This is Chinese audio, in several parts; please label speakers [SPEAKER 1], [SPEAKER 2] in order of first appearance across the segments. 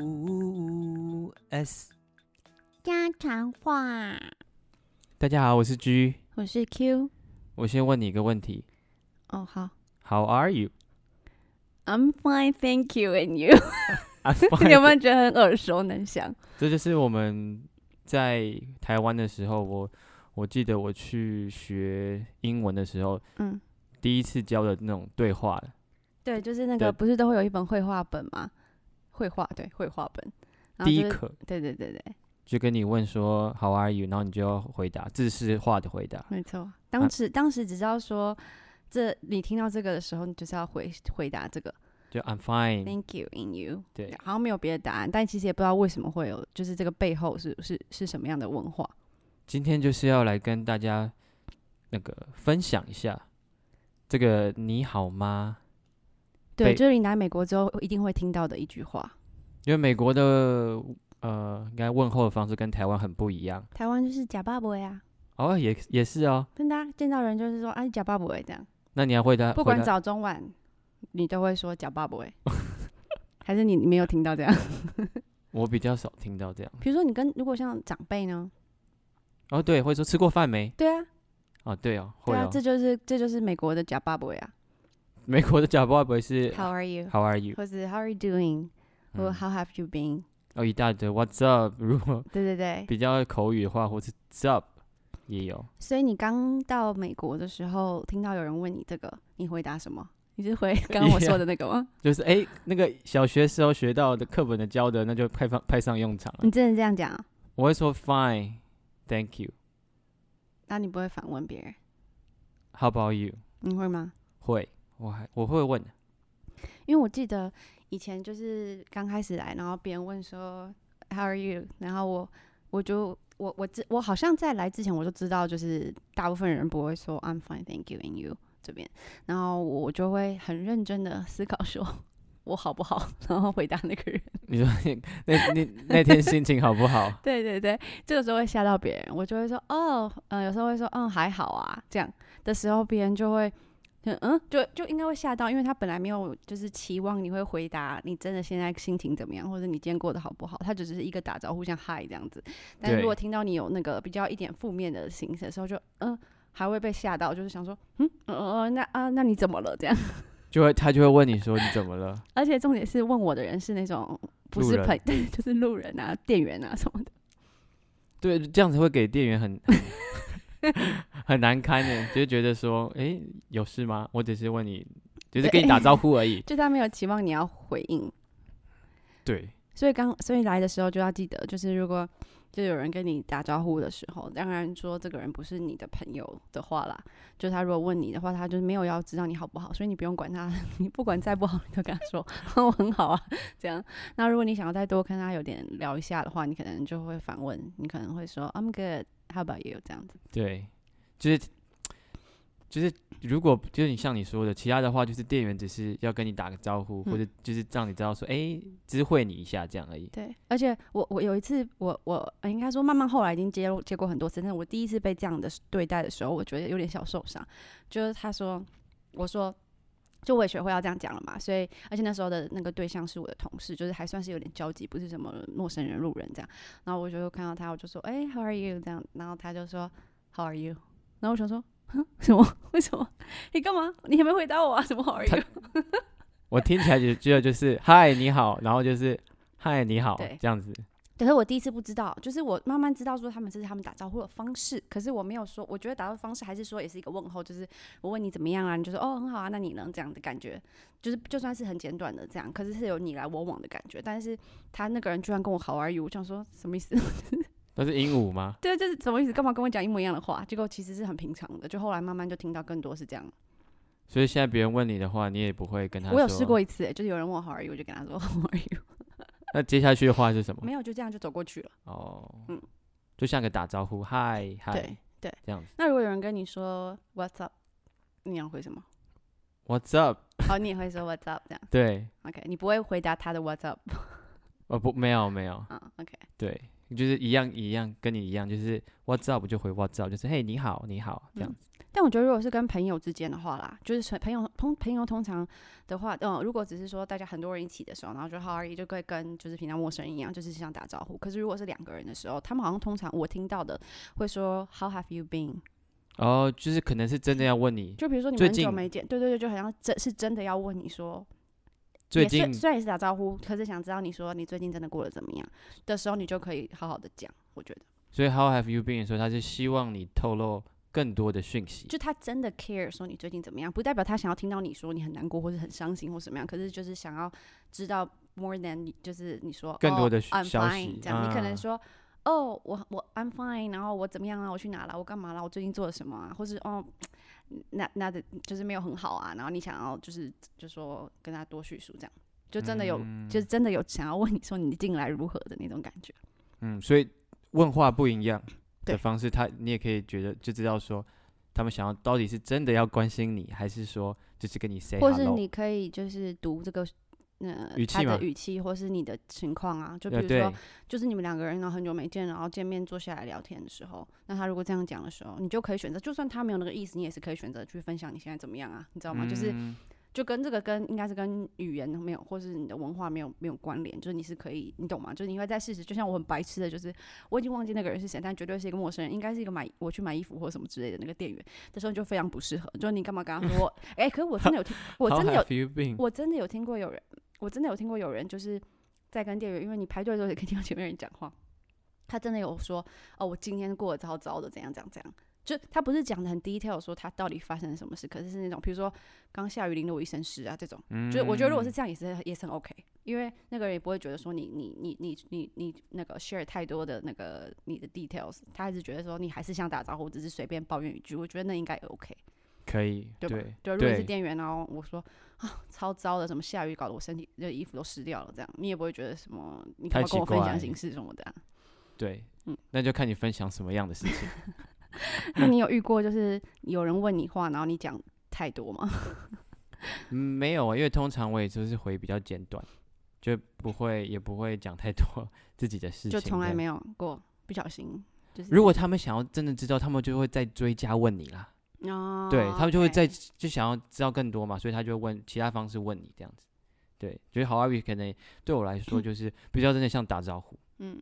[SPEAKER 1] U S。
[SPEAKER 2] 家常话。
[SPEAKER 1] 大家好，我是 G。
[SPEAKER 2] 我是 Q。
[SPEAKER 1] 我先问你一个问题
[SPEAKER 2] 哦，好
[SPEAKER 1] ：How are you？
[SPEAKER 2] ，I'm fine, thank you, and you
[SPEAKER 1] 啊，
[SPEAKER 2] 你有没有觉得很耳熟能详？
[SPEAKER 1] 这就是我们在台湾的时候，我我记得我去学英文的时候，
[SPEAKER 2] 嗯，
[SPEAKER 1] 第一次教的那种对话了。
[SPEAKER 2] 对，就是那
[SPEAKER 1] 对
[SPEAKER 2] 个不是都会有一本绘画本吗？绘画对，绘画本。然后
[SPEAKER 1] 第一
[SPEAKER 2] 哦就是
[SPEAKER 1] 课
[SPEAKER 2] 对对对对，
[SPEAKER 1] 就跟你问说 How are you，然后你就要回答自式化的回答。
[SPEAKER 2] 没错。啊当时、当时只知道说，这你听到这个的时候，你就是要回回答这个
[SPEAKER 1] 就 I'm fine，
[SPEAKER 2] Thank you in you。
[SPEAKER 1] 对
[SPEAKER 2] 好像没有别的答案，但其实也不知道为什么会有，就是这个背后是是是什么样的文化。
[SPEAKER 1] 今天就是要来跟大家那个分享一下这个你好吗？
[SPEAKER 2] 对，
[SPEAKER 1] 背
[SPEAKER 2] 就是你来美国之后一定会听到的一句话。
[SPEAKER 1] 因为美国的呃，应该问候的方式跟台湾很不一样。
[SPEAKER 2] 台湾就是假爸爸呀，
[SPEAKER 1] 哦，也也是哦。
[SPEAKER 2] 真的啊、见到人就是说啊假爸爸这样，
[SPEAKER 1] 那你要回答，
[SPEAKER 2] 不管
[SPEAKER 1] 啊回答
[SPEAKER 2] 早中晚，你都会说假爸爸。 还是你你没有听到这样？
[SPEAKER 1] 我比较少听到这样。
[SPEAKER 2] 比如说你跟如果像长辈呢？
[SPEAKER 1] 哦，对，会说吃过饭没？
[SPEAKER 2] 对啊，
[SPEAKER 1] 哦，对哦，会
[SPEAKER 2] 对啊
[SPEAKER 1] 哦，。
[SPEAKER 2] 这就是这就是美国的假爸爸呀。
[SPEAKER 1] 美国的假爸不会是
[SPEAKER 2] 啊 How are you？
[SPEAKER 1] How are you？
[SPEAKER 2] 或是 How are you doing？或
[SPEAKER 1] 啊嗯
[SPEAKER 2] How have you been？
[SPEAKER 1] 哦，一大堆 What's up？如果
[SPEAKER 2] 对对对，
[SPEAKER 1] 比较口语的话，或是 What's up 也有。
[SPEAKER 2] 所以你刚到美国的时候，听到有人问你这个，你回答什么？你是 回刚刚我说的那个吗？
[SPEAKER 1] 就是哎、那个小学时候学到的课本的教的，那就派上派上用场了
[SPEAKER 2] 你。真的这样讲、啊？
[SPEAKER 1] 我会说 Fine，Thank you，How
[SPEAKER 2] 那你不会反问别人？
[SPEAKER 1] about you？
[SPEAKER 2] 你会吗？
[SPEAKER 1] 会，我还我会问。
[SPEAKER 2] 因为我记得以前就是刚开始来，然后别人问说 How are you？然后我我就我我知我好像在来之前我就知道，就是大部分人不会说 I'm fine, thank you, and you 这边，然后我就会很认真的思考说 我好不好，然后回答那个人。
[SPEAKER 1] 你说那那那天心情好不好？
[SPEAKER 2] 对对对，这个时候会吓到别人，我就会说哦，嗯、有时候会说嗯还好啊，这样的时候别人就会。嗯嗯，就就应该会吓到，因为他本来没有就是期望你会回答你真的现在心情怎么样，或者你今天过得好不好，他只是一个打招呼像嗨这样子。但是
[SPEAKER 1] 对
[SPEAKER 2] 如果听到你有那个比较一点负面的形式的时候就，嗯，还会被吓到，就是想说嗯嗯嗯嗯，那啊那你怎么了这样？
[SPEAKER 1] 就会他就会问你说你怎么了？
[SPEAKER 2] 而且重点是问我的人是那种不
[SPEAKER 1] 路
[SPEAKER 2] 是
[SPEAKER 1] 人
[SPEAKER 2] 朋， 对，就是路人啊、店员啊什么的。。
[SPEAKER 1] 对，这样子会给店员很很很 难堪的，就会觉得说，哎、有事吗？我只是问你，就是跟你打招呼而已
[SPEAKER 2] 就他没有期望你要回应。
[SPEAKER 1] 对，
[SPEAKER 2] 所以刚所以来的时候就要记得，就是如果就有人跟你打招呼的时候，当然说这个人不是你的朋友的话啦，就他如果问你的话，他就是没有要知道你好不好，所以你不用管他， 你不管再不好，你就跟他说我很好啊，这样。那如果你想要再多跟他有点聊一下的话，你可能就会反问，你可能会说 I'm good。How about you？这样子，
[SPEAKER 1] 对，就是就是，如果就是你像你说的，其他的话就是店员只是要跟你打个招呼，或者就是让你知道说，哎、知会你一下这样而已。
[SPEAKER 2] 对，而且我我有一次，我我呃应该说慢慢后来已经接接过很多次，但是我第一次被这样的对待的时候，我觉得有点小受伤。就是他说，我说，就我也学会要这样讲了嘛，所以而且那时候的那个对象是我的同事，就是还算是有点交集，不是什么陌生人、路人这样。然后我就看到他，我就说，哎、h o w are you？这样，然后他就说，How are you？然后我想说，哼，什么？为什么？ 你干嘛？你还没回答我啊？什么 How are you？
[SPEAKER 1] 我听起来就觉得就是 嗨你好，然后就是嗨你好
[SPEAKER 2] 对
[SPEAKER 1] 这样子。
[SPEAKER 2] 可是我第一次不知道，就是我慢慢知道说他们这是他们打招呼的方式，可是我没有说，我觉得打招呼方式还是说也是一个问候，就是我问你怎么样啊，你就说哦很好啊，那你呢这样的感觉，就是就算是很简短的这样，可是是有你来我往的感觉。但是他那个人居然跟我好而已，我想说什么意思？
[SPEAKER 1] 那是鹦鹉吗？
[SPEAKER 2] 对，就是什么意思？干嘛跟我讲一模一样的话？结果其实是很平常的，就后来慢慢就听到更多是这样。
[SPEAKER 1] 所以现在别人问你的话，你也不会跟他说。
[SPEAKER 2] 我有试过。一次、欸就是有人问我 how are you，我就跟他说 how are you，
[SPEAKER 1] 那接下去的话是什么？
[SPEAKER 2] 没有就这样就走过去了。
[SPEAKER 1] 哦，
[SPEAKER 2] 嗯
[SPEAKER 1] 就像个打招呼，嗨嗨
[SPEAKER 2] 对对，
[SPEAKER 1] 这样子。
[SPEAKER 2] 那如果有人跟你说 what's up，你要回什么？
[SPEAKER 1] What's up？
[SPEAKER 2] 哦，你也会说 What's up 这样
[SPEAKER 1] 对，
[SPEAKER 2] ，OK，你不会回答他的 What's up
[SPEAKER 1] 哦不，没有没有，
[SPEAKER 2] 啊、o k
[SPEAKER 1] 对，
[SPEAKER 2] 嗯
[SPEAKER 1] 就是一样一样，跟你一样，就是 What's up 我就回 What's up，就是嘿你好你好这样子。
[SPEAKER 2] 但我觉得如果是跟朋友之间的话啦，就是朋友通朋友通常的话，嗯，如果只是说大家很多人一起的时候，然后就 h o r r y 就会跟就是平常陌生人一样，就是想打招呼。可是如果是两个人的时候，他们好像通常我听到的会说 How have you been？
[SPEAKER 1] 哦，就是可能是真的要问你
[SPEAKER 2] 就比如说你
[SPEAKER 1] 最
[SPEAKER 2] 们很久
[SPEAKER 1] 近
[SPEAKER 2] 没见，对对对，就好像真是真的要问你说
[SPEAKER 1] 最
[SPEAKER 2] 也虽
[SPEAKER 1] 近
[SPEAKER 2] 虽然也是打招呼，可是想知道你说你最近真的过得怎么样的时候，你就可以好好的讲。我觉得，
[SPEAKER 1] 所以 How have you been？说他是希望你透露更多的讯息，
[SPEAKER 2] 就他真的 care 说你最近怎么样，不代表他想要听到你说你很难过或是很伤心或什么样，可是就是想要知道 more than 你就是你说
[SPEAKER 1] 更多
[SPEAKER 2] 哦
[SPEAKER 1] 的
[SPEAKER 2] I'm
[SPEAKER 1] 消息
[SPEAKER 2] fine 这样，你可
[SPEAKER 1] 啊
[SPEAKER 2] 能说。哦，我我 I'm fine，然后我怎么样啊？我去哪了？我干嘛了？我最近做了什么啊？或是哦，那那的就是没有很好啊。然后你想要就是就说跟他多叙述这样，就真的有、
[SPEAKER 1] 嗯
[SPEAKER 2] 就是真的有想要问你说你近来如何的那种感觉。
[SPEAKER 1] 嗯，所以问话不一样的
[SPEAKER 2] 对
[SPEAKER 1] 方式，他你也可以觉得就知道说他们想要到底是真的要关心你，还是说就是跟你 say
[SPEAKER 2] 或是
[SPEAKER 1] hello，
[SPEAKER 2] 你可以就是读这个呃
[SPEAKER 1] 语
[SPEAKER 2] 他
[SPEAKER 1] 气
[SPEAKER 2] 的
[SPEAKER 1] 嘛
[SPEAKER 2] 语气，或是你的情况啊，就比
[SPEAKER 1] 呃
[SPEAKER 2] 如
[SPEAKER 1] 对
[SPEAKER 2] 说，就是你们两个人然后很久没见，然后见面坐下来聊天的时候，那他如果这样讲的时候，你就可以选择，就算他没有那个意思，你也是可以选择去分享你现在怎么样啊，你知道吗？就是
[SPEAKER 1] 嗯
[SPEAKER 2] 就跟这个跟应该是跟语言没有，或是你的文化没有没有关联，就是你是可以，你懂吗？就是你会在事实，就像我很白痴的，就是我已经忘记那个人是谁，但绝对是一个陌生人，应该是一个买我去买衣服或什么之类的那个店员的时候，你就非常不适合。就是你干嘛跟他说？ 哎、可是我真的有听，我
[SPEAKER 1] How
[SPEAKER 2] 真的有
[SPEAKER 1] have you been？
[SPEAKER 2] 我真的有听过有人，我真的有听过有人就是在跟店员，因为你排队的时候也可以听到前面人讲话，他真的有说哦，我今天过得糟糟的，怎样怎样怎样。就他不是讲的很 detail，说他到底发生了什么事，可是是那种比如说刚下雨淋了我一身湿啊这种，
[SPEAKER 1] 嗯
[SPEAKER 2] 就是我觉得如果是这样也是也是很 OK，因为那个人也不会觉得说你你你你你你那个 share 太多的那个你的 details，他还是觉得说你还是想打招呼，只是随便抱怨一句，我觉得那应该也 OK。
[SPEAKER 1] 可以，
[SPEAKER 2] 对吧
[SPEAKER 1] 对
[SPEAKER 2] 对，如果你是店员，然后我说啊，超糟的，什么下雨搞得我身体的衣服都湿掉了，这样你也不会觉得什么，你
[SPEAKER 1] 太
[SPEAKER 2] 干嘛跟
[SPEAKER 1] 奇
[SPEAKER 2] 我分
[SPEAKER 1] 怪
[SPEAKER 2] 享形式什么的、 啊？
[SPEAKER 1] 对
[SPEAKER 2] 嗯，
[SPEAKER 1] 那就看你分享什么样的事情。
[SPEAKER 2] 那你有遇过就是有人问你话，然后你讲太多吗？
[SPEAKER 1] 嗯，没有啊，因为通常我也就是回比较简短，就不会也不会讲太多 自己的事情，
[SPEAKER 2] 就从来
[SPEAKER 1] 这样
[SPEAKER 2] 没有过不小心，就是
[SPEAKER 1] 如果他们想要真的知道，他们就会再追加问你啦。
[SPEAKER 2] 哦，
[SPEAKER 1] 对他们就会
[SPEAKER 2] OK
[SPEAKER 1] 再就想要知道更多嘛，所以他就会问其他方式问你这样子。对，觉得好阿比可能对我来说就是比较真的像打招呼。
[SPEAKER 2] 嗯，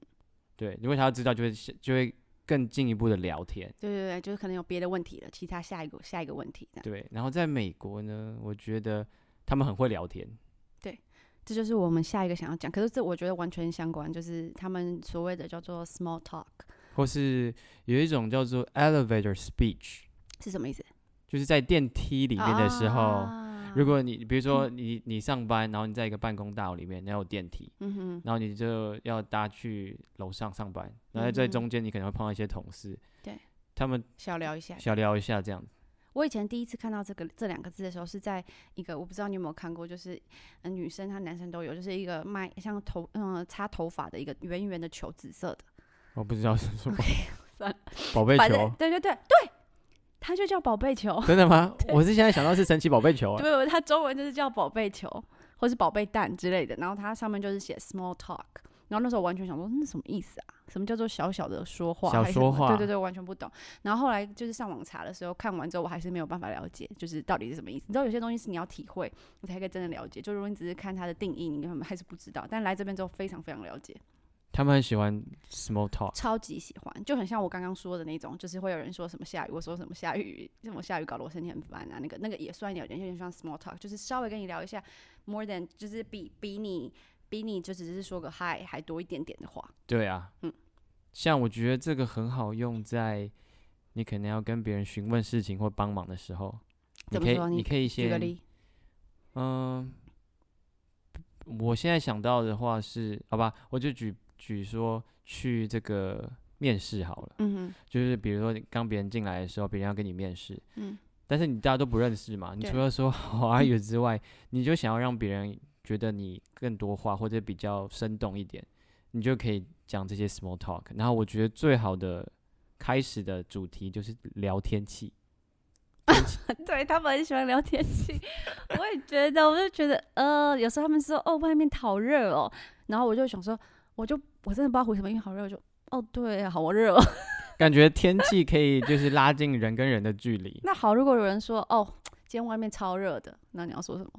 [SPEAKER 1] 对，如果他要知道，就会就会更进一步的聊天。
[SPEAKER 2] 对对对，就是可能有别的问题了，其他下一个下一个问题这样。
[SPEAKER 1] 对，然后在美国呢，我觉得他们很会聊天。
[SPEAKER 2] 这就是我们下一个想要讲，可是这我觉得完全相关，就是他们所谓的叫做 small talk
[SPEAKER 1] 或是有一种叫做 elevator speech，
[SPEAKER 2] 是什么意思？
[SPEAKER 1] 就是在电梯里
[SPEAKER 2] 里
[SPEAKER 1] 面的时候，
[SPEAKER 2] 啊、
[SPEAKER 1] 如果你比如说你你上班，然后你在一个办公大楼里面，然后有电梯，
[SPEAKER 2] 嗯哼，
[SPEAKER 1] 然后你就要搭去楼上上班，然后在
[SPEAKER 2] 嗯
[SPEAKER 1] 中间你可能会碰到一些同事，
[SPEAKER 2] 对，
[SPEAKER 1] 他们
[SPEAKER 2] 小聊一下，
[SPEAKER 1] 小聊一下这样子，
[SPEAKER 2] 我以前第一次看到这个这两个字的时候，是在一个我不知道你有没有看过，就是、呃、女生和男生都有，就是一个卖像头嗯、擦头发的一个圆圆的球，紫色的，
[SPEAKER 1] 我不知道是什 么
[SPEAKER 2] 算了
[SPEAKER 1] 宝贝
[SPEAKER 2] 反
[SPEAKER 1] 球
[SPEAKER 2] 正，对对对对，它就叫宝贝球，
[SPEAKER 1] 真的 吗？我是现在想到是神奇宝贝球啊，
[SPEAKER 2] 对，它中文就是叫宝贝球或是宝贝蛋之类的，然后它上面就是写 small talk，然后那时候完全想说那什么意思啊？什么叫做小小的说话？
[SPEAKER 1] 小
[SPEAKER 2] 还是什么
[SPEAKER 1] 说话
[SPEAKER 2] 对对对，完全不懂。然后后来就是上网查的时候，看完之后我还是没有办法了解，就是到底是什么意思。你知道有些东西是你要体会，你才可以真的了解。就如果你只是看它的定义，你根本还是不知道。但来这边之后，非常非常了解。
[SPEAKER 1] 他们很喜欢 small talk，
[SPEAKER 2] 超级喜欢，就很像我刚刚说的那种，就是会有人说什么下雨，我说什么下雨，什么下雨搞得我身体很烦啊，那个那个也算有点有点像 small talk，就是稍微跟你聊一下，more than 就是比比你比你就只是说个 hi 还多一点点的话，
[SPEAKER 1] 对啊，
[SPEAKER 2] 嗯
[SPEAKER 1] 像我觉得这个很好用在你可能要跟别人询问事情或帮忙的时候，你
[SPEAKER 2] 怎么
[SPEAKER 1] 可以
[SPEAKER 2] 说
[SPEAKER 1] 你
[SPEAKER 2] 你
[SPEAKER 1] 可以
[SPEAKER 2] 举个
[SPEAKER 1] 先
[SPEAKER 2] 例，
[SPEAKER 1] 嗯，我现在想到的话是，好吧，我就举举说去这个面试好了，
[SPEAKER 2] 嗯
[SPEAKER 1] 就是比如说你刚别人进来的时候，别人要跟你面试，
[SPEAKER 2] 哼嗯
[SPEAKER 1] 但是你大家都不认识嘛，你除
[SPEAKER 2] 对
[SPEAKER 1] 了说 好阿语之外，你就想要让别人觉得你更多话或者比较生动一点，你就可以讲这些 small talk。然后我觉得最好的开始的主题就是聊天气，
[SPEAKER 2] 对他们很喜欢聊天气，我也觉得，我就觉得，呃，有时候他们说，哦，外面好热哦，然后我就想说，我就我真的不知道回什么，因为好热，我就，哦，对啊，好热哦，
[SPEAKER 1] 感觉天气可以就是拉近人跟人的距离。
[SPEAKER 2] 那好，如果有人说哦，今天外面超热的，那你要说什么？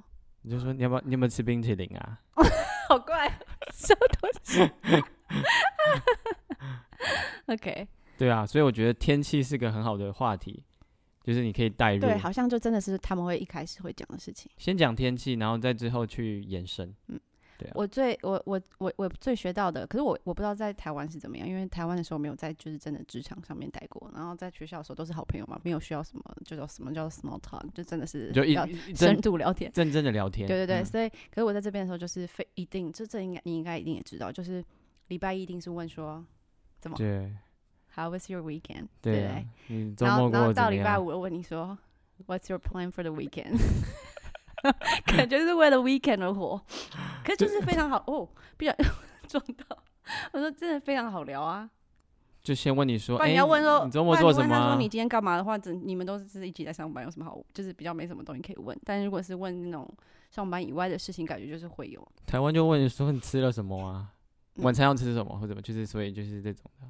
[SPEAKER 1] 你就说你要不要，你有没有吃冰淇淋啊？
[SPEAKER 2] 好怪，什么东西 ？OK，
[SPEAKER 1] 对啊，所以我觉得天气是个很好的话题，就是你可以带入
[SPEAKER 2] 对，。好像就真的是他们会一开始会讲的事情。
[SPEAKER 1] 先讲天气，然后再之后去延伸。对啊
[SPEAKER 2] 我最我我我我最学到的，可是我我不知道在台湾是怎么样，因为台湾的时候没有在就是真的职场上面待过，然后在学校的时候都是好朋友嘛，没有需要什么就叫什么叫 small talk，就真的是
[SPEAKER 1] 就一
[SPEAKER 2] 呃要
[SPEAKER 1] 一一
[SPEAKER 2] 深
[SPEAKER 1] 真
[SPEAKER 2] 度聊天。
[SPEAKER 1] 认真的聊天。
[SPEAKER 2] 对对对，
[SPEAKER 1] 嗯
[SPEAKER 2] 所以可是我在这边的时候就是非一定，这这应该你应该一定也知道，就是礼拜一一定是问说
[SPEAKER 1] 对
[SPEAKER 2] How was your weekend？
[SPEAKER 1] 对
[SPEAKER 2] 不
[SPEAKER 1] 啊
[SPEAKER 2] 对？
[SPEAKER 1] 你周
[SPEAKER 2] 然
[SPEAKER 1] 末
[SPEAKER 2] 后
[SPEAKER 1] 过
[SPEAKER 2] 然后
[SPEAKER 1] 得怎
[SPEAKER 2] 到
[SPEAKER 1] 么
[SPEAKER 2] 礼拜
[SPEAKER 1] 样？
[SPEAKER 2] 五我问你说 What's your plan for the weekend？感觉是为了 weekend 而活，可是就是非 常好哦，不小 撞到。我说真的非常好聊啊，
[SPEAKER 1] 就先问你说，
[SPEAKER 2] 不然
[SPEAKER 1] 哎，
[SPEAKER 2] 你要问说，
[SPEAKER 1] 你周
[SPEAKER 2] 不
[SPEAKER 1] 末
[SPEAKER 2] 然
[SPEAKER 1] 做
[SPEAKER 2] 你
[SPEAKER 1] 什
[SPEAKER 2] 问
[SPEAKER 1] 么
[SPEAKER 2] 他
[SPEAKER 1] 啊
[SPEAKER 2] 说？你今天干嘛的话，只你们都是一起在上班，有什么好就是比较没什么东西可以问。但如果是问那种上班以外的事情，感觉就是会有。
[SPEAKER 1] 台湾就问你说你吃了什么啊？
[SPEAKER 2] 嗯
[SPEAKER 1] 晚餐要吃什么或怎么？就是所以就是这种的。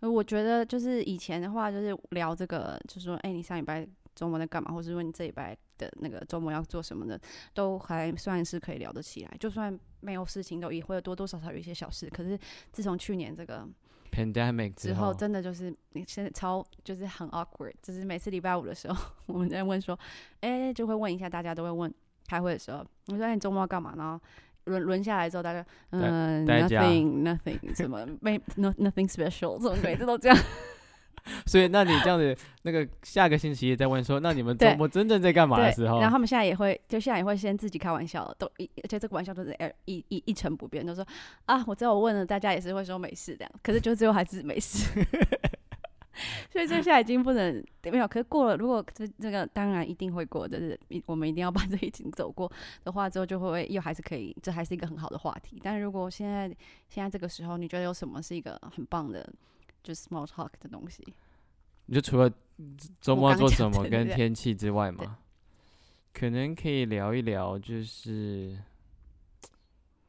[SPEAKER 2] 呃我觉得就是以前的话，就是聊这个，就是说，哎、你上礼拜周末在干嘛，或是说你这礼拜的那个周末要做什么的，都还算是可以聊得起来。就算没有事情，都也会多多少少有一些小事。可是自从去年这个
[SPEAKER 1] pandemic
[SPEAKER 2] 之后，
[SPEAKER 1] 后，
[SPEAKER 2] 真的就是你现在超就是很 awkward，就是每次礼拜五的时候， 我们在问说，哎、就会问一下，大家都会问开会的时候，我说、哎你周末要干嘛？然后轮轮下来之后，大家嗯、
[SPEAKER 1] 待家
[SPEAKER 2] nothing nothing 什么没 no nothing special，怎么每次都这样。
[SPEAKER 1] 所以那你这样子，那个下个星期一再问说，那你们周
[SPEAKER 2] 对
[SPEAKER 1] 末真正在干嘛
[SPEAKER 2] 对，
[SPEAKER 1] 的时候
[SPEAKER 2] 然，后他们现在也会，就现在也会先自己开玩笑，都一而且这个玩笑都是哎一一一成不变，都说啊，我知道我问了，大家也是会说没事这样，可是就最后还是没事。 所以这现在已经不能没有，可是过了，如果这这个当然一定会过，就是一我们一定要把这疫情走过的话之后，就会又还是可以，这还是一个很好的话题。但如果现在现在这个时候，你觉得有什么是一个很棒的，就是 small talk 的东西？
[SPEAKER 1] 你就除了周
[SPEAKER 2] 我
[SPEAKER 1] 末要
[SPEAKER 2] 刚
[SPEAKER 1] 做什
[SPEAKER 2] 讲的
[SPEAKER 1] 么
[SPEAKER 2] 对
[SPEAKER 1] 跟
[SPEAKER 2] 对
[SPEAKER 1] 天气之外
[SPEAKER 2] 对
[SPEAKER 1] 嘛，可能可以聊一聊，就是，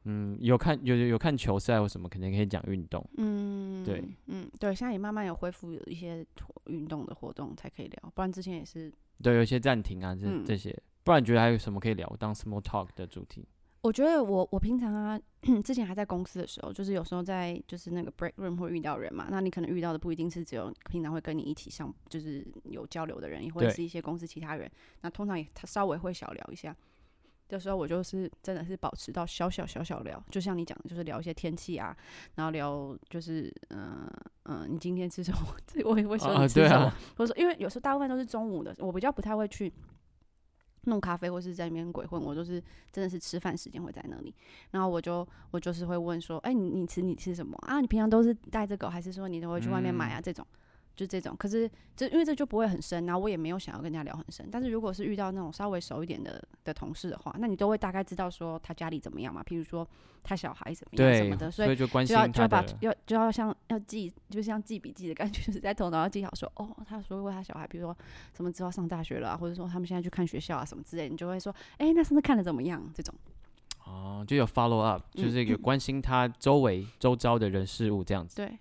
[SPEAKER 1] 嗯，有看有有有看球赛或什么，肯定可以讲运动。
[SPEAKER 2] 嗯，
[SPEAKER 1] 对，
[SPEAKER 2] 嗯，对，现在也慢慢有恢复有一些活运动的活动才可以聊，不然之前也是，
[SPEAKER 1] 对，有一些暂停啊，这、
[SPEAKER 2] 嗯
[SPEAKER 1] 这些，不然你觉得还有什么可以聊当 small talk 的主题？
[SPEAKER 2] 我觉得我我平常啊， 之前还在公司的时候，就是有时候在就是那个 break room 会遇到人嘛，那你可能遇到的不一定是只有平常会跟你一起上就是有交流的人，也会
[SPEAKER 1] 对
[SPEAKER 2] 是一些公司其他人，那通常也他稍微会小聊一下。的时候，我就是真的是保持到小小小小聊，就像你讲的，就是聊一些天气啊，然后聊就是嗯嗯、呃你今天吃什么？ 这我也会说
[SPEAKER 1] 啊
[SPEAKER 2] 你
[SPEAKER 1] 啊
[SPEAKER 2] 吃
[SPEAKER 1] 对
[SPEAKER 2] 什么
[SPEAKER 1] 啊，
[SPEAKER 2] 或者说，因为有时候大部分都是中午的，我比较不太会去弄咖啡或是在那边鬼混，我就是真的是吃饭时间会在那里。然后我就我就是会问说，哎、你你吃你吃什么啊？你平常都是带这个，还是说你都会去外面买啊？这种就这种，可是这因为这就不会很深，然后我也没有想要跟人家聊很深。但是如果是遇到那种稍微熟一点的的同事的话，那你都会大概知道说他家里怎么样嘛，譬如说他小孩怎么样什
[SPEAKER 1] 对
[SPEAKER 2] 么的，，所
[SPEAKER 1] 所
[SPEAKER 2] 以
[SPEAKER 1] 以就关
[SPEAKER 2] 就
[SPEAKER 1] 心
[SPEAKER 2] 要就
[SPEAKER 1] 他
[SPEAKER 2] 要把
[SPEAKER 1] 的，
[SPEAKER 2] 要就要像要记，就像记笔记的感觉，就是在头脑要记好说，哦，他说过他小孩，比如说什么之后上大学了、啊，或者说他们现在去看学校啊什么之类，你就会说，哎、那上次看的怎么样？这种，
[SPEAKER 1] 哦，就有 follow up，就
[SPEAKER 2] 嗯
[SPEAKER 1] 是有关心他周围周遭的人事物这样子，
[SPEAKER 2] 对，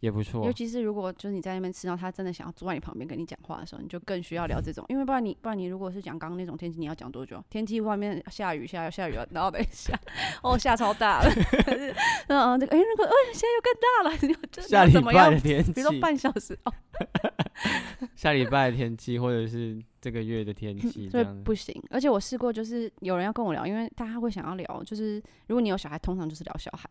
[SPEAKER 1] 也不错
[SPEAKER 2] 尤。其是如果就是你在那边吃到他真的想要坐在你旁边跟你讲话的时候，你就更需要聊这种，因为不然你不然你如果是讲刚刚那种天气，你要讲多久？天气外面下雨下下雨了，然后等一下，哦下超大了， 然后这个哎那个哎现在又更大了， 你就
[SPEAKER 1] 下
[SPEAKER 2] 你
[SPEAKER 1] 礼
[SPEAKER 2] 要怎么样
[SPEAKER 1] 拜？的天气
[SPEAKER 2] 比如，说半小时哦，
[SPEAKER 1] 下礼拜的天气，或者是这个月的天气，这
[SPEAKER 2] 所以
[SPEAKER 1] 样子。
[SPEAKER 2] 不行。而且我试过，就是有人要跟我聊，因为大家会想要聊，就是如果你有小孩，通常就是聊小孩。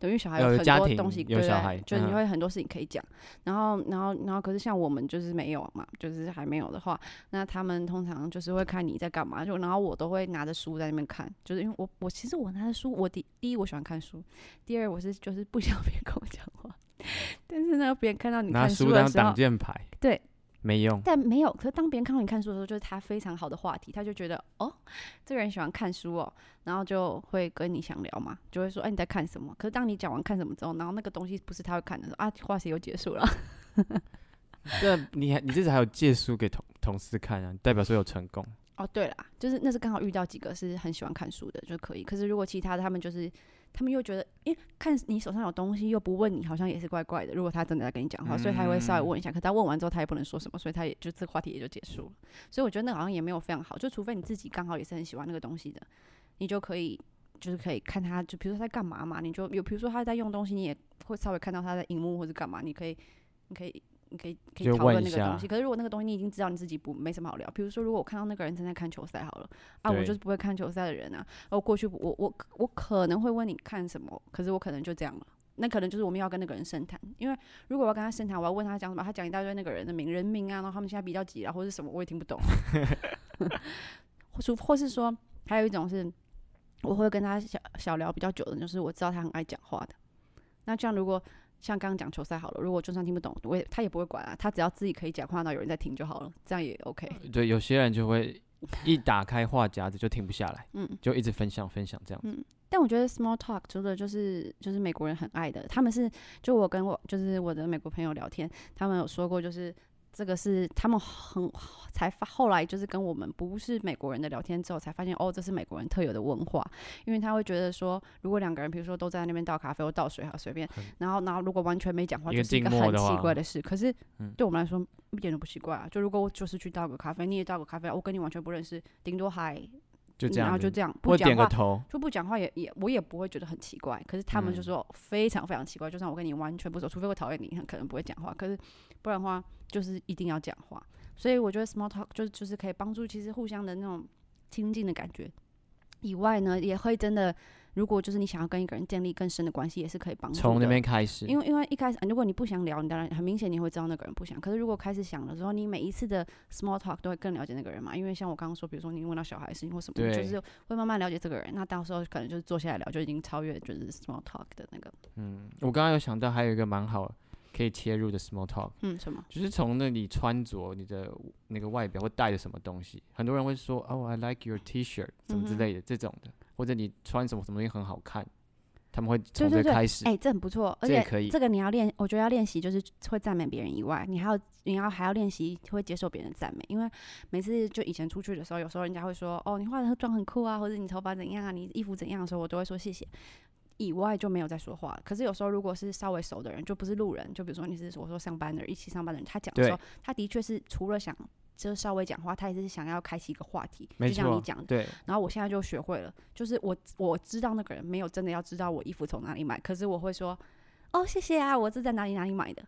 [SPEAKER 2] 等于小孩
[SPEAKER 1] 哦要有
[SPEAKER 2] 很
[SPEAKER 1] 家
[SPEAKER 2] 多
[SPEAKER 1] 庭
[SPEAKER 2] 东西，
[SPEAKER 1] 有
[SPEAKER 2] 对不对
[SPEAKER 1] 小孩
[SPEAKER 2] 就是
[SPEAKER 1] 嗯
[SPEAKER 2] 你会很多事情可以讲。然后，然后，然后，可是像我们就是没有嘛，就是还没有的话，那他们通常就是会看你在干嘛，就然后我都会拿着书在那边看，就是因为我我其实我拿着书，我第第一我喜欢看书，第二我是就是不想 别人跟我讲话，但是呢，别人看到你
[SPEAKER 1] 拿
[SPEAKER 2] 看
[SPEAKER 1] 书
[SPEAKER 2] 的
[SPEAKER 1] 当
[SPEAKER 2] 时候
[SPEAKER 1] 挡，箭牌，
[SPEAKER 2] 对，
[SPEAKER 1] 没用。
[SPEAKER 2] 但没有，可是当别人看到你看书的时候，就是他非常好的话题，他就觉得哦，这个人喜欢看书哦，然后就会跟你想聊嘛，就会说哎、你在看什么？可是当你讲完看什么之后，然后那个东西不是他会看的时候啊，话题又结束了。
[SPEAKER 1] 啊这你还你至少还有借书给同同事看啊，代表说有成功。
[SPEAKER 2] 哦，对啦，就是那是刚好遇到几个是很喜欢看书的就可以。可是如果其他的他们就是，他们又觉得，因为看你手上有东西又不问你，好像也是怪怪的。如果他真的在跟你讲话，所以他也会稍微问一下。可他问完之后，他也不能说什么，所以他也就这话题也就结束了。所以我觉得那好像也没有非常好，就除非你自己刚好也是很喜欢那个东西的，你就可以就是可以看他，就比如说他在干嘛嘛，你就有比如说他在用东西，你也会稍微看到他在荧幕或者干嘛，你可以你可以。你可以可以
[SPEAKER 1] 就
[SPEAKER 2] 讨
[SPEAKER 1] 问
[SPEAKER 2] 论
[SPEAKER 1] 一
[SPEAKER 2] 那个东
[SPEAKER 1] 下
[SPEAKER 2] 西，可是如果那个东西你已经知道你自己不没什么好聊，比如说如果我看到那个人正在看球赛好了，啊，我
[SPEAKER 1] 对
[SPEAKER 2] 就是不会看球赛的人啊，我过去不我我我可能会问你看什么，可是我可能就这样了。那可能就是我们要跟那个人深谈，因为如果我要跟他深谈，我要问他讲什么，他讲一大堆那个人的名人名啊，然后他们现在比较急啊，或者是什么，我也听不懂。或是或是说，还有一种是，我会跟他小小聊比较久的，就是我知道他很爱讲话的。那这样如果像刚刚讲球赛好了，如果就算听不懂，我也他也不会管啊，他只要自己可以讲话，那有人在听就好了，这样也 OK。
[SPEAKER 1] 对，有些人就会一打开话匣子就停不下来，
[SPEAKER 2] 嗯，
[SPEAKER 1] 就一直分享分享这样子。
[SPEAKER 2] 但我觉得 small talk 除了就是就是美国人很爱的，他们是就我跟我就是我的美国朋友聊天，他们有说过就是。这个是他们很才发，后来就是跟我们不是美国人的聊天之后才发现，哦，这是美国人特有的文化，因为他会觉得说，如果两个人比如说都在那边倒咖啡或倒水好啊随便，然后然后如果完全没讲话，
[SPEAKER 1] 一个
[SPEAKER 2] 就是一个
[SPEAKER 1] 静默
[SPEAKER 2] 很
[SPEAKER 1] 的话
[SPEAKER 2] 奇怪的事。可是
[SPEAKER 1] 嗯
[SPEAKER 2] 对我们来说一点都不奇怪啊，就如果我就是去倒个咖啡，你也倒个咖啡，我跟你完全不认识，顶多嗨，
[SPEAKER 1] 就这
[SPEAKER 2] 然
[SPEAKER 1] 样
[SPEAKER 2] 后
[SPEAKER 1] 子，
[SPEAKER 2] 就这样不
[SPEAKER 1] 我
[SPEAKER 2] 讲
[SPEAKER 1] 点个
[SPEAKER 2] 话，
[SPEAKER 1] 头，
[SPEAKER 2] 就不讲话也也我也不会觉得很奇怪，可是他们就
[SPEAKER 1] 哦嗯
[SPEAKER 2] 说非常非常奇怪，就算我跟你完全不熟，除非我讨厌你，很可能不会讲话，可是不然的话就是一定要讲话，所以我觉得 small talk 就就是可以帮助其实互相的那种亲近的感觉。以外呢，也会真的，如果就是你想要跟一个人建立更深的关系，也是可以帮助
[SPEAKER 1] 从那
[SPEAKER 2] 的
[SPEAKER 1] 边开始，
[SPEAKER 2] 因为因为一开始，啊如果你不想聊，你当然很明显你会知道那个人不想。可是如果开始想了之后，你每一次的 small talk 都会更了解那个人嘛。因为像我刚刚说，比如说你问到小孩的事情或什么，你就
[SPEAKER 1] 对
[SPEAKER 2] 是会慢慢了解这个人。那到时候可能就是坐下来聊，就已经超越就是 small talk 的那个
[SPEAKER 1] 嗯，我刚刚有想到还有一个蛮好可以切入的 small talk，
[SPEAKER 2] 嗯什么
[SPEAKER 1] 就是从那里穿着你的那个外表会带着什么东西，很多人会说哦、i like your T-shirt 什么之
[SPEAKER 2] 嗯哼
[SPEAKER 1] 类的、这种的，或者你穿什么什么东西很好看，他们会
[SPEAKER 2] 对
[SPEAKER 1] 从
[SPEAKER 2] 对
[SPEAKER 1] 这
[SPEAKER 2] 对，
[SPEAKER 1] 开始，
[SPEAKER 2] 哎、这很不错，而
[SPEAKER 1] 这也
[SPEAKER 2] 且
[SPEAKER 1] 可以
[SPEAKER 2] 这个你要练，我觉得要练习就是会赞美别人以外，你还要你要还要练习会接受别人的赞美，因为每次就以前出去的时候，有时候人家会说哦你化的妆很酷啊，或者你头发怎样啊，你衣服怎样的时候，我都会说谢谢。以外就没有再说话了。可是有时候如果是稍微熟的人，就不是路人，就比如说你是我说上班的人，一起上班的人，他讲的时候
[SPEAKER 1] 对，
[SPEAKER 2] 他的确是除了想就是稍微讲话，他也是想要开启一个话题，
[SPEAKER 1] 没
[SPEAKER 2] 就像你
[SPEAKER 1] 错
[SPEAKER 2] 讲的，，
[SPEAKER 1] 对，
[SPEAKER 2] 然后我现在就学会了，就是我我知道那个人没有真的要知道我衣服从哪里买，可是我会说，哦，谢谢啊，我是在哪里哪里买的。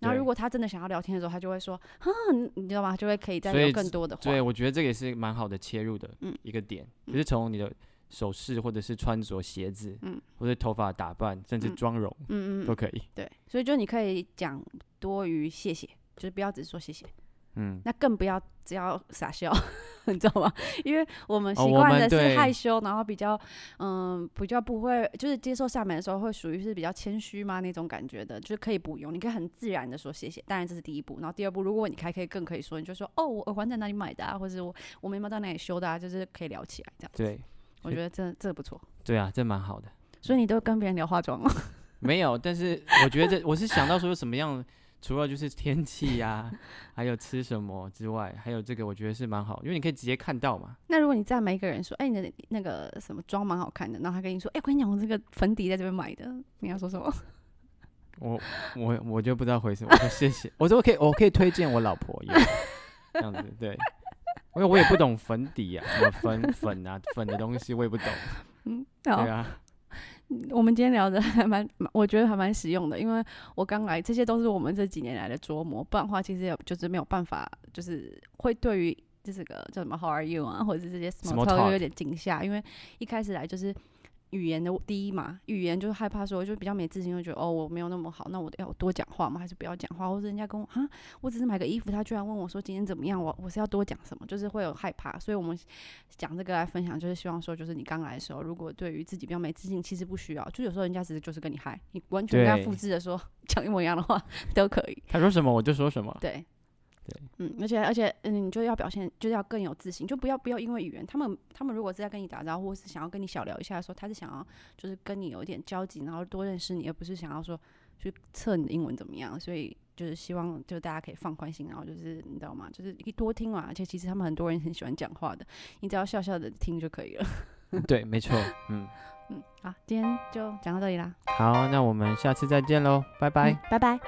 [SPEAKER 2] 然后
[SPEAKER 1] 对
[SPEAKER 2] 如果他真的想要聊天的时候，他就会说，啊，你你知道吗？就会可以再
[SPEAKER 1] 所以
[SPEAKER 2] 聊更多的话。
[SPEAKER 1] 对，我觉得这个也是蛮好的切入的
[SPEAKER 2] 嗯
[SPEAKER 1] 一个点，就是从你的首饰或者是穿着、鞋子，
[SPEAKER 2] 嗯
[SPEAKER 1] 或者头发打扮，甚至
[SPEAKER 2] 嗯
[SPEAKER 1] 妆容、
[SPEAKER 2] 嗯嗯
[SPEAKER 1] 都
[SPEAKER 2] 嗯，
[SPEAKER 1] 可以。
[SPEAKER 2] 对。所以就你可以讲多于谢谢，就是不要只说谢谢，
[SPEAKER 1] 嗯，
[SPEAKER 2] 那更不要只要傻笑， 你知道吗？因为我们
[SPEAKER 1] 哦
[SPEAKER 2] 习
[SPEAKER 1] 我
[SPEAKER 2] 惯
[SPEAKER 1] 们
[SPEAKER 2] 的是
[SPEAKER 1] 对
[SPEAKER 2] 害羞，然后比较嗯比较不会，就是接受下面的时候会属于是比较谦虚嘛那种感觉的，就是可以不用，你可以很自然的说谢谢。当然这是第一步，然后第二步，如果你还可以更可以说，你就说哦我耳环在哪里买的啊，或者我我眉毛在哪里修的啊，就是可以聊起来这样。
[SPEAKER 1] 对，
[SPEAKER 2] 我觉得这这不错，
[SPEAKER 1] 对啊，这蛮好的。
[SPEAKER 2] 所以你都跟别人聊化妆哦。
[SPEAKER 1] 没有，但是我觉得这我是想到说有什么样，除了就是天气呀、还有吃什么之外，还有这个我觉得是蛮好，因为你可以直接看到嘛。
[SPEAKER 2] 那如果你赞美一个人说，哎、你的那个什么妆蛮好看的，然后他跟你说，哎、我跟你讲，我这个粉底在这边买的，你要说什么？
[SPEAKER 1] 我我我就不知道回什么，我说谢谢，我说我可以我可以推荐我老婆也这样子，对，因为我也不懂粉底啊，什么粉粉啊粉的东西我也不懂，
[SPEAKER 2] 嗯，
[SPEAKER 1] 对
[SPEAKER 2] 好。
[SPEAKER 1] 啊，
[SPEAKER 2] 我们今天聊的 还蛮，蛮我觉得还蛮实用的，因为我刚来，这些都是我们这几年来的琢磨，不然的话其实也就是没有办法，就是会对于这个叫什么 “How are you” 啊，或者是这些 small
[SPEAKER 1] Small
[SPEAKER 2] talk 又
[SPEAKER 1] talk
[SPEAKER 2] 有点惊吓，因为一开始来就是语言的第一嘛，语言就是害怕说就比较没自信，就觉得哦我没有那么好，那我要多讲话吗？还是不要讲话？或者人家跟我啊，我只是买个衣服，他居然问我说今天怎么样，我我是要多讲什么？就是会有害怕，所以我们讲这个来分享，就是希望说，就是你刚来的时候，如果对于自己比较没自信，其实不需要，就有时候人家只是就是跟你嗨，你完全跟他
[SPEAKER 1] 对
[SPEAKER 2] 复制的说 讲一模一样的话都可以，
[SPEAKER 1] 他说什么我就说什么，
[SPEAKER 2] 对。
[SPEAKER 1] 对，
[SPEAKER 2] 嗯，而且而且，嗯，你就要表现，就是要更有自信，就不要不要因为语言，他们他们如果是在跟你打招呼，或是想要跟你小聊一下的时候，他是想要就是跟你有一点交集，然后多认识你，而不是想要说去测你的英文怎么样，所以就是希望就大家可以放宽心，然后就是你知道吗？就是你多听嘛，而且其实他们很多人很喜欢讲话的，你只要笑笑的听就可以了。
[SPEAKER 1] 对，没错，嗯，
[SPEAKER 2] 嗯，好，今天就讲到这里啦，
[SPEAKER 1] 好，那我们下次再见喽，拜拜。
[SPEAKER 2] 嗯拜拜。